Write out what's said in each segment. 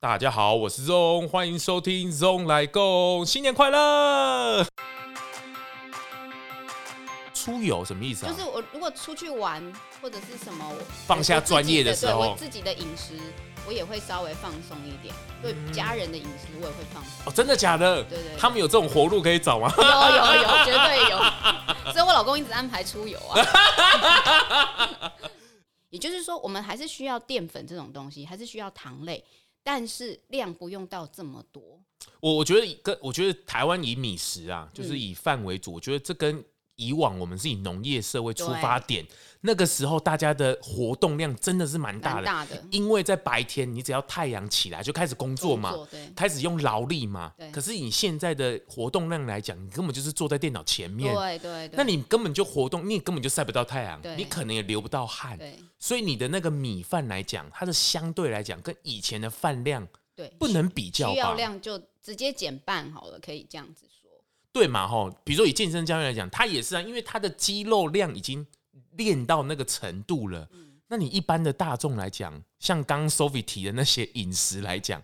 大家好，我是 Zong，欢迎收听 Zong 来共，新年快乐！出游什么意思啊？就是我如果出去玩或者是什么，我放下专业的时候对我自己的饮食我也会稍微放松一点，对家人的饮食我也会放松。哦，真的假的？对对对他们有这种活路可以找吗？有有有，绝对有。 所以我老公一直安排出游啊。 也就是说，我们还是需要淀粉这种东西，还是需要糖类，但是量不用到这么多。我我觉得跟我觉得台湾以米食啊，就是嗯以饭为主，我觉得这跟以往我们是以农业社会出发点，那个时候大家的活动量真的是蛮大蛮的，大的因为在白天你只要太阳起来就开始工作嘛，工作对开始用劳力嘛对。可是你现在的活动量来讲，你根本就是坐在电脑前面，对对对，那你根本就活动，你也根本就晒不到太阳对，你可能也流不到汗，对所以你的那个米饭来讲，它的相对来讲跟以前的饭量对不能比较需要吧？量就直接减半好了，可以这样子说。对嘛？吼，比如说以健身教练来讲，他也是啊，因为他的肌肉量已经练到那个程度了。嗯那你一般的大众来讲，像刚刚 Sophie 提的那些饮食来讲，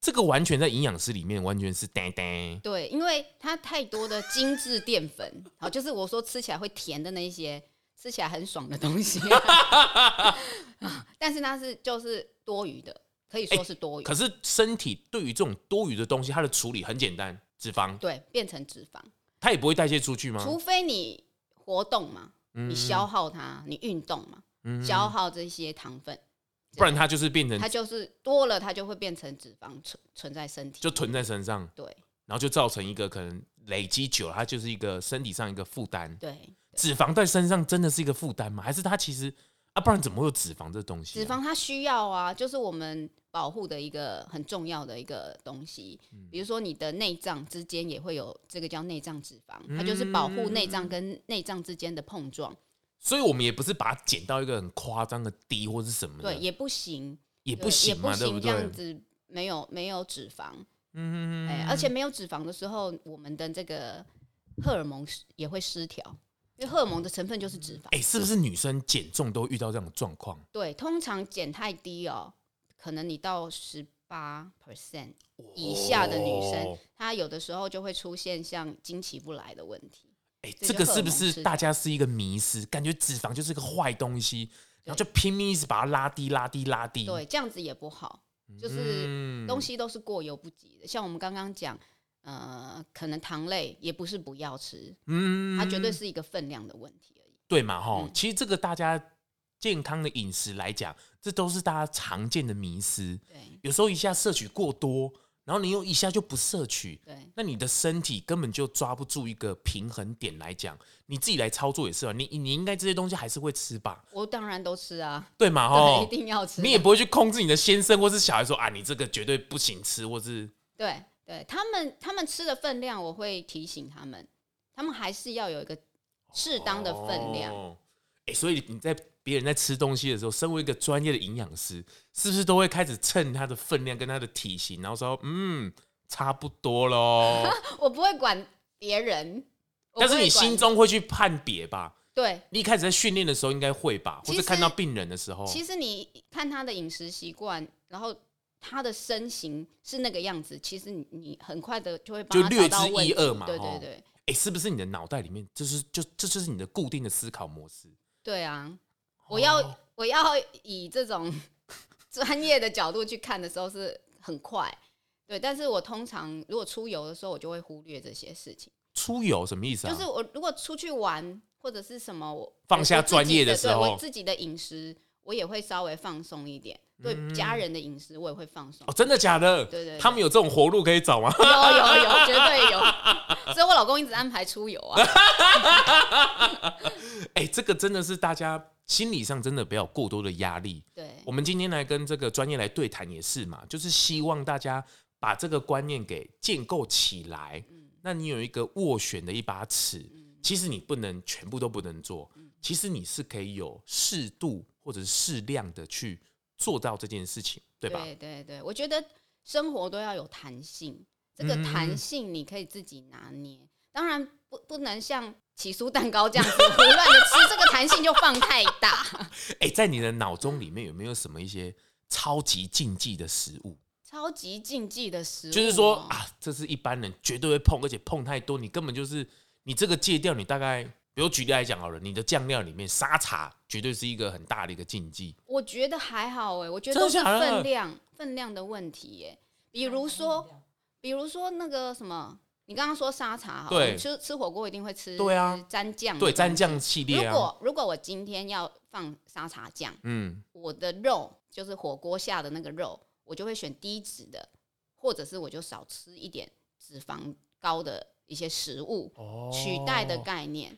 这个完全在营养师里面完全是呆呆。对，因为它太多的精致淀粉，好，就是我说吃起来会甜的那一些，吃起来很爽的东西、 但是它是就是多余的，可以说是多余，哎可是身体对于这种多余的东西，它的处理很简单，脂肪对，变成脂肪，它也不会代谢出去吗？嗯除非你活动嘛，你消耗它，你运动嘛，消耗这些糖分，不然它就是变成它就是多了，它就会变成脂肪存存在身体，就囤在身上，对然后就造成一个可能累积久了，它就是一个身体上一个负担。对。脂肪在身上真的是一个负担吗？还是它其实啊，不然怎么会有脂肪这东西、脂，肪它需要啊，就是我们保护的一个很重要的一个东西。嗯比如说你的内脏之间也会有这个叫内脏脂肪，它就是保护内嗯脏跟内脏之间的碰撞，所以我们也不是把它减到一个很夸张的低或是什么的，对，也不行，也对不行嘛，也对不不行这对？样子没有没有脂肪，嗯，哎、而且没有脂肪的时候，我们的这个荷尔蒙失也会失调，因为荷尔蒙的成分就是脂肪。哎、是不是女生减重都会遇到这种状况？对，通常减太低哦，可能你到十八 percent 以下的女生，哦她有的时候就会出现像经期不来的问题。哎、这这就个荷是尔不蒙是失大家是一个迷失？感觉脂肪就是个坏东西，然后就拼命一直把它拉低、拉低、拉低。对，这样子也不好，就是嗯，东西都是过犹不及的。像我们刚刚讲，呃，可能糖类也不是不要吃，嗯它绝对是一个分量的问题而已。对嘛哈、嗯其实这个大家健康的饮食来讲，这都是大家常见的迷失。对有时候一下摄取过多，然后你又一下就不摄取，对那你的身体根本就抓不住一个平衡点来讲，你自己来操作也是啊。你你应该这些东西还是会吃吧，我当然都吃啊，对嘛对，哈 一？定要吃哦的。你也不会去控制你的先生或是小孩说啊，你这个绝对不行吃，或是对对，他们他们吃的分量，我会提醒他们，他们还是要有一个适当的分量。哦诶所以你在别人在吃东西的时候，身为一个专业的营养师，是不是都会开始称他的分量跟他的体型，然后说嗯，差不多 喽？我不会管别人，我但不是会你心管中会去判别吧？对。你一开始在训练的时候应该会吧，或其者实看到病人的时候，其实你看他的饮食习惯，然后他的身形是那个样子，其实你你很快的就会帮就他略找到知问一题二嘛对哦对对哎、是不是你的脑袋里面就是就这就是你的固定的思考模式？对啊！我要、哦我要以这种 专业的角度去看的时候是很快，对。但是我通常如果出游的时候，我就会忽略这些事情。出游什么意思啊？就是我如果出去玩或者是什么，我放下我自己专业的的时候对我自己的饮食我也会稍微放松一点，对家人的饮食我也会放松哦，。真的假的？对对对他们有这种活路可以找吗？有有有，绝 对有。所以我老公一直安排出游啊。哎、这个真的是大家心理上真的不要有过多的压力。对我们今天来跟这个专业来对谈也是嘛，就是希望大家把这个观念给建构起来。嗯那你有一个斡旋的一把尺，其实你不能全部都不能做，嗯其实你是可以有适度或者是适量的去做到这件事情，对吧？对对对，我觉得生活都要有弹性，这嗯个弹性你可以自己拿捏，当然不不能像起酥蛋糕这样子胡乱的吃，这个弹性就放太大。哎、在你的脑中里面有没有什么一些超级禁忌的食物？超级禁忌的食物哦，就是说啊，这是一般人绝对会碰，而且碰太多，你根本就是你这个戒掉，你大概比如举例来讲好了，你的酱料里面沙茶绝对是一个很大的一个禁忌。我觉得还好哎、我觉真得都的是假的分量分量的问题耶、比如说，比如说那个什么，你刚刚说沙茶好了，对你吃吃火锅一定会吃呃对啊沾酱的对，东蘸西。酱系列啊，嗯如果如果我今天要放沙茶酱，嗯，我的肉就是火锅下的那个肉，我就会选低脂的，或者是我就少吃一点脂肪高的一些食物，哦取代的概念。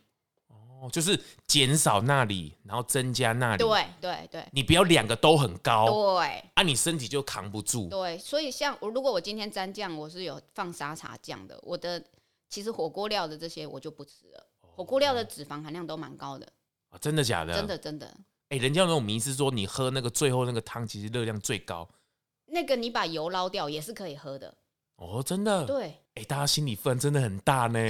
哦，就是减少那里，然后增加那里。，对对对你不要两个都很高对。啊，你身体就扛不住。对，所以像我如果我今天蘸酱，我是有放沙茶酱的，我的其实火锅料的这些我就不吃了。火锅料的脂肪含量都蛮高的，哦嗯啊真的假的？真。的真的。哎、人家有那种迷思说，你喝那个最后那个汤，其实热量最高。那个你把油捞掉也是可以喝的，哦，真的。对，哎、大家心理负担真的很大呢。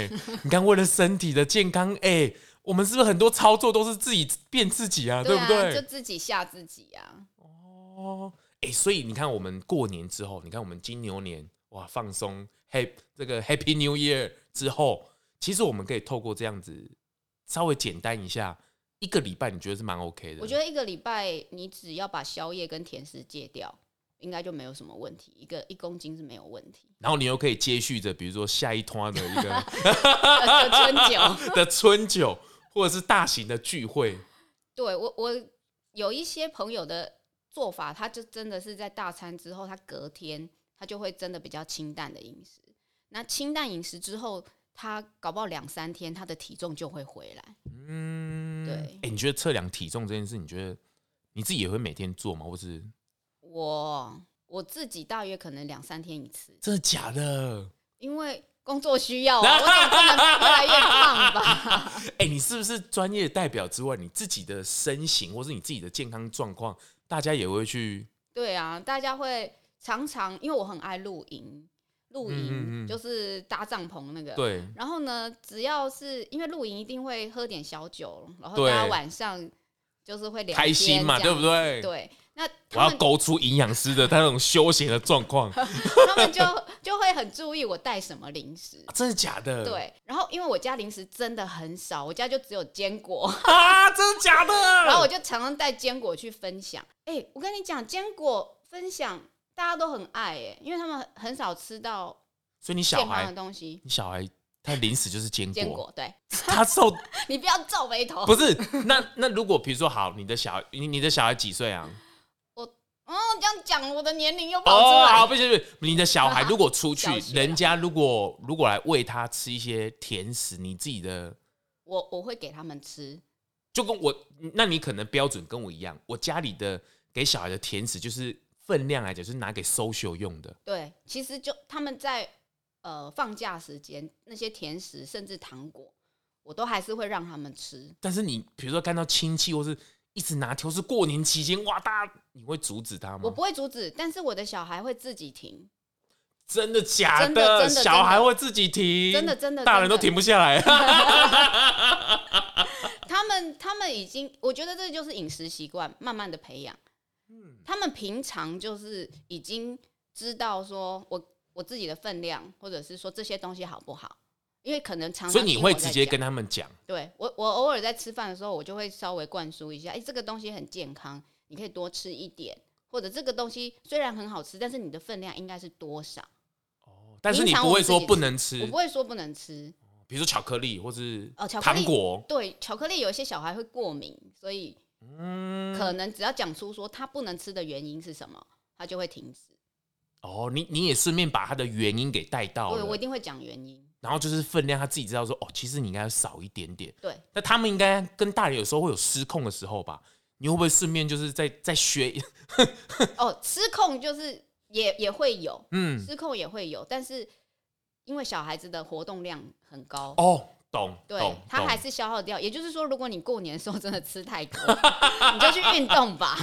你看，为了身体的健康，哎、我们是不是很多操作都是自己变自己啊？对不啊，就对？自己吓自己啊。哦，哎、所以你看，我们过年之后，你看我们金牛年，哇，放松，Happy 这个 Happy New Year 之后，其实我们可以透过这样子稍微简单一下，一个礼拜，你觉得是蛮 OK 的？我觉得一个礼拜你只要把宵夜跟甜食戒掉，应该就没有什么问题，一个一公斤是没有问 题然后你又可以接续着，比如说下一团的一个的。春 酒，的春酒，或者是大型的聚会，对我我有一些朋友的做法，他就真的是在大餐之后，他隔天他就会真的比较清淡的饮食。那清淡饮食之后，他搞不好两三天他的体重就会回来。嗯，对哎、你觉得测量体重这件事，你觉得你自己也会每天做吗？或是我我自己大约可能两三天一次，真的假的？因为工作需要啊，我总不能越来越胖吧？ 哎、你是不是专业代表之外，你自己的身形或是你自己的健康状况，大家也会去对啊，大家会常常因为我很爱露营，露嗯嗯营嗯就是搭帐篷那个，对然后呢，只要是因为露营一定会喝点小酒，然后对大家晚上就是会聊天开心嘛，这对样不？对？对，那我他要们勾出营养师的他那种休闲的状 况、啊他们就就会很注意我带什么零食。真的假的？对，然后因为我家零食真的很少，我家就只有坚 果，啊，真的假的？然后我就常常带坚果去分享。哎、我跟你讲，坚果分享大家都很爱哎、因为他们很少吃到所以你小健康孩的，东西。你小孩他零食就是坚坚果，果，哦对 他 受你不要皱眉头。不是，那那如果比如说好，你的小你你的小孩几岁啊？哦，这样讲我的年龄又跑出哦，来。好，不行不行，你的 小孩如果出去小学，啊人家如果如果来喂他吃一些甜食，你自己的我我会给他们吃，就跟我，那你可能标准跟我一样，我家里的给小孩的甜食就是分量来讲，就是拿给 social 用的。对，其实就他们在呃放假时间，那些甜食甚至糖果，我都还是会让他们吃。但是你比如说看到亲戚或是一直拿挑，是过年期间哇，大家你会阻止他我吗？不会阻止，但是我的小孩会自己停，真的假真的真的小孩会自己停，真的真的大人都真停的不下来。他们他们已经，我觉得这就是饮食习惯慢慢的培养。嗯他们平常就是已经知道说我我自己的分量，或者是说这些东西好不好，因为可能常常所以你听会我在直接讲跟他们讲。对我，我偶尔在吃饭的时候，我就会稍微灌输一下，哎、这个东西很健康，你可以多吃一点，或者这个东西虽然很好吃，但是你的分量应该是多少？哦但是你不会说不能吃我，不会说不能吃。比如说巧克力或是哦巧克力糖果，对，巧克力有一些小孩会过敏，所以嗯，可能只要讲出说他不能吃的原因是什么，他就会停止。哦，你你也顺便把它的原因给带到对，我一了，定会讲原因。然后就是分量他自己知道说，哦，其实你应该要少一点点。对，那他们应该跟大人有时候会有失控的时候吧？你会不会顺便就是在在学？ 哦，失控就是也也会有，嗯，失控也会有，但是因为小孩子的活动量很高，哦，懂，对懂，，它懂还是消耗掉。也就是说，如果你过年的时候真的吃太多， 你就去运动吧，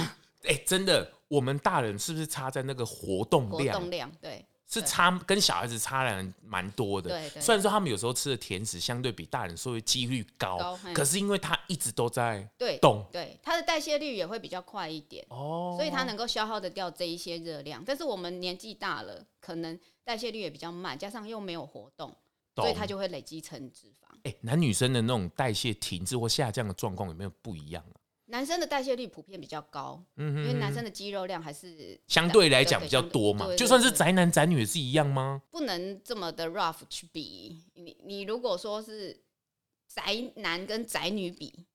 哎、真的，我们大人是不是差在那个活动活量？动量对，是差跟小孩子差了蛮多的。对对虽然说他们有时候吃的甜食相对比大人说的几率高，高嘿可是因为他一直都在对动对，它的代谢率也会比较快一点，哦，所以它能够消耗得掉这一些热量。但是我们年纪大了，可能代谢率也比较慢，加上又没有活动，所以懂它就会累积成脂肪。哎、男女生的那种代谢停滞或下降的状况有没有不一样啊？男生的代谢率普遍比较高，嗯因哼为男生的肌肉量还是相对来讲对比较相对多嘛对，对就算是对宅男宅女也是一样吗？不能这么的 rough 去比。你你如果说是宅男跟宅女比，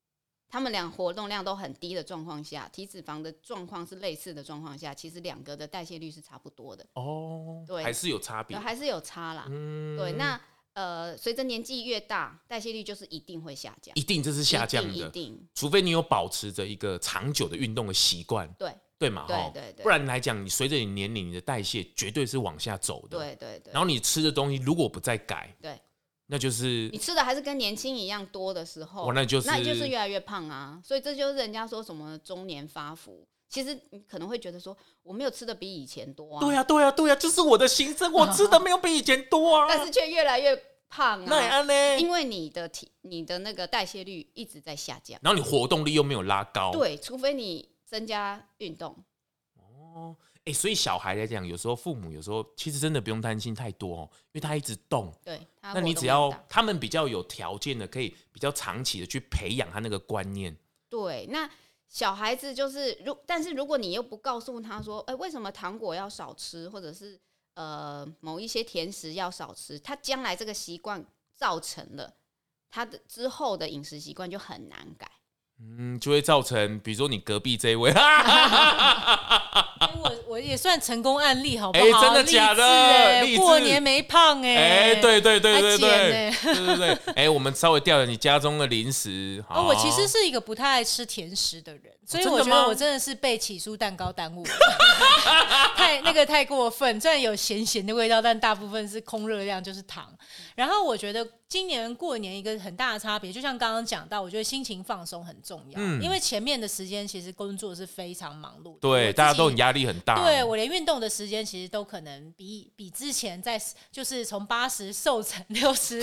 他们俩活动量都很低的状况下，体脂肪的状况是类似的状况下，其实两个的代谢率是差不多的，哦，对还是有差别。还是有差啦。嗯，对，那呃，随着年纪越大，代谢率就是一定会下降，一定这是下降一定一的，定除非你有保持着一个长久的运动的习惯，对对嘛？对哈，对哦对不然来讲，你随着你年龄，你的代谢绝对是往下走的。，对对对然。后你吃的东西如果不再改，对，那就是你吃的还是跟年轻一样多的时候，哦那就是那就是越来越胖啊。所以这就是人家说什么中年发福。其实你可能会觉得说，我没有吃的比以前多啊，对呀、对呀、对呀、就是我的行程， 我吃的没有比以前多啊。但是却越来越胖那哎也啊，安呢？因为你的体、你的那个代谢率一直在下降。然后你活动力又没有拉高，对，除非你增加运动，哦，哎、所以小孩来讲，有时候父母有时候其实真的不用担心太多哦，因为他一直动。对，它那你活动只量要大他们比较有条件的，可以比较长期的去培养他那个观念。对那。小孩子就是，如但是如果你又不告诉他说，哎、为什么糖果要少吃，或者是呃某一些甜食要少吃，他将来这个习惯造成了他的之后的饮食习惯就很难改。嗯，就会造成，比如说你隔壁这一位， 哎我我也算成功案例，好不哎好？真的励假志的哎励志过年没胖哎、哎、对对对还对对，减呢对对对， 哎、我们稍微调了你家中的零食。哦，我其实是是一个不太爱吃甜食的人，所以哦真我的觉吗得我真的是被起酥蛋糕耽误了， 太那个太过分。虽然有咸咸的味道，但大部分是空热量，就是糖。然后我觉得今年过年一个很大的差别，就像刚刚讲到，我觉得心情放松很重要，嗯因为前面的时间其实工作是非常忙碌的，我自对，己大家都很压力很大。对我连运动的时间其实都可能比比之前在就是从八十瘦成六十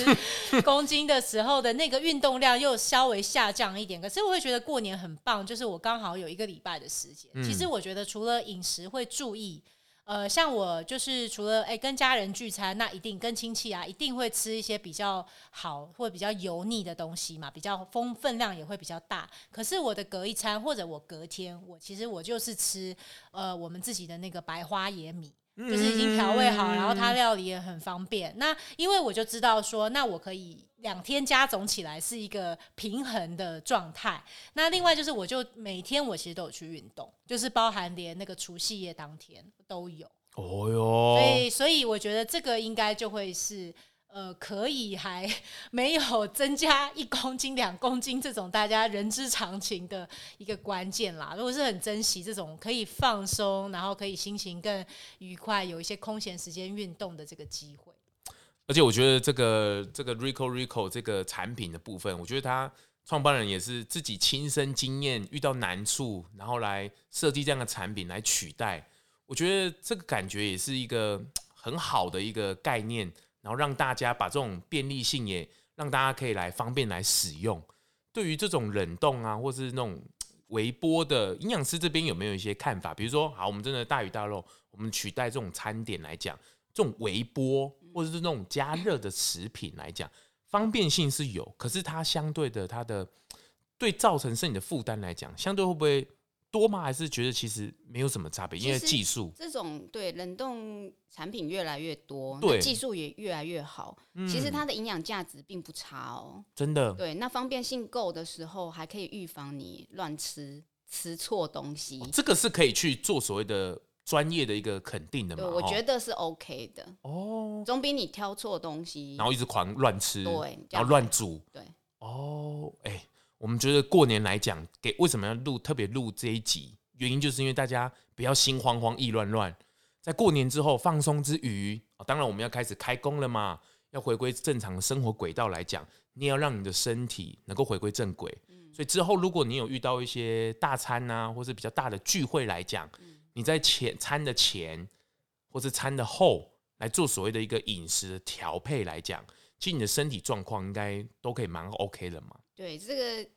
公斤的时候的那个运动量又稍微下降一点。可是我会觉得过年很棒，就是我刚好有一个礼拜的时间。其实我觉得除了饮食会注意。呃，像我就是除了哎、跟家人聚餐，那一定跟亲戚啊，一定会吃一些比较好或比较油腻的东西嘛，比较丰分量也会比较大。可是我的隔一餐或者我隔天，我其实我就是吃呃我们自己的那个白花椰米。就是已经调味好，然后它料理也很方便。那因为我就知道说，那我可以两天加总起来是一个平衡的状态。那另外就是，我就每天我其实都有去运动，就是包含连那个除夕夜当天都有。哦所哟，以，所以我觉得这个应该就会是。呃，可以还没有增加一公斤、两公斤这种大家人之常情的一个关键啦。如果是很珍惜这种可以放松，然后可以心情更愉快，有一些空闲时间运动的这个机会，而且我觉得这个这个 Rico Rico 这个产品的部分，我觉得他创办人也是自己亲身经验遇到难处，然后来设计这样的产品来取代。我觉得这个感觉也是一个嗯很好的一个概念，然后让大家把这种便利性也让大家可以来方便来使用。对于这种冷冻啊，或是那种嗯微波的，营养师这边有没有一些看法？比如说，好，我们真的大鱼大肉，我们取代这种餐点来讲，这种微波嗯或者是那种加热的食品来讲，方便性是有，可是它相对的，它的对造成身体的负担来讲，相对会不会多吗？还是觉得其实没有什么差别，因为其实技术。这种对冷冻产品越来越多，对嗯那技术也越来越好，其实它的营养价值并不差哦。真的对，那方便性够的时候，还可以预防你乱吃吃错东西。这个是可以去做所谓的专业的一个肯定的嘛？对，我哦觉得是 OK 的，哦，总比你挑错东西然。后一直狂乱吃，对然后乱煮，对，哦，哎、我们觉得过年来讲，给为什么要录特别录这一集？原因就是因为大家不要心慌慌、意乱乱，在过年之后放松之余、哦，当然我们要开始开工了嘛，要回归正常的生活轨道来讲，你也要让你的身体能够回归正轨。所以之后，如果你有遇到一些大餐啊，或是比较大的聚会来讲，你在前餐的前或是餐的后，来做所谓的一个饮食的调配来讲，其实你的身体状况应该都可以蛮 OK 的嘛。对，这个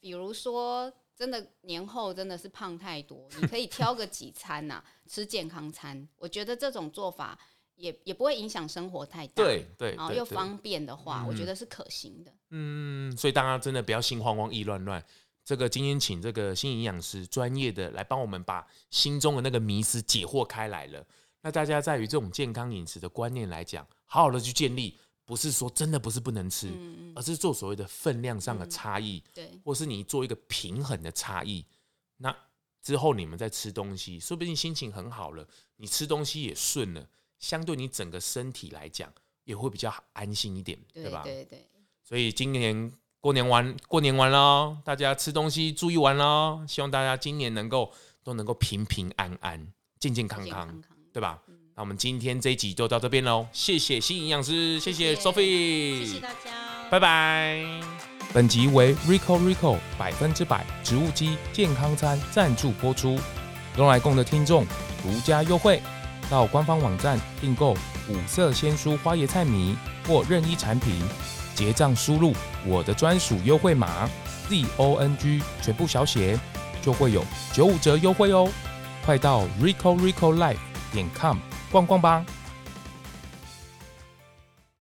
比如说，真的年后真的是胖太多，你可以挑个几餐呐、吃健康餐。 我觉得这种做法也也不会影响生活太大，对对，然后对哦又对方便的话，我嗯觉得是可行的。嗯，所以大家真的不要心慌慌、意乱乱。这个今天请这个新营养师专业的来帮我们把心中的那个迷思解惑开来了。那大家在于这种健康饮食的观念来讲，好好的去建立，不是说真的不是不能吃，嗯而嗯，是做所谓的分量上的嗯差异，对，或是你做一个平衡的差异。那之后你们在吃东西，说不定心情很好了，你吃东西也顺了，相对你整个身体来讲也会比较安心一点，对对吧？对对，所以今年过年完，过年完喽，大家吃东西注意完喽，希望大家今年能够都能够平平安安、健健康健康，康康。对吧？那我们今天这一集就到这边喽，谢谢新营养师，谢谢 Sophie，谢谢大家，拜拜。本集为 Rico Rico 百分之百植物基健康餐赞助播出，用来供的听众独家优惠。到官方网站订购五色鲜蔬花椰菜米或任意产品，结账输入我的专属优惠码 Z O N G 全部小写，就会有九五折优惠哦。快到 Rico Rico Life 点 com 逛逛吧。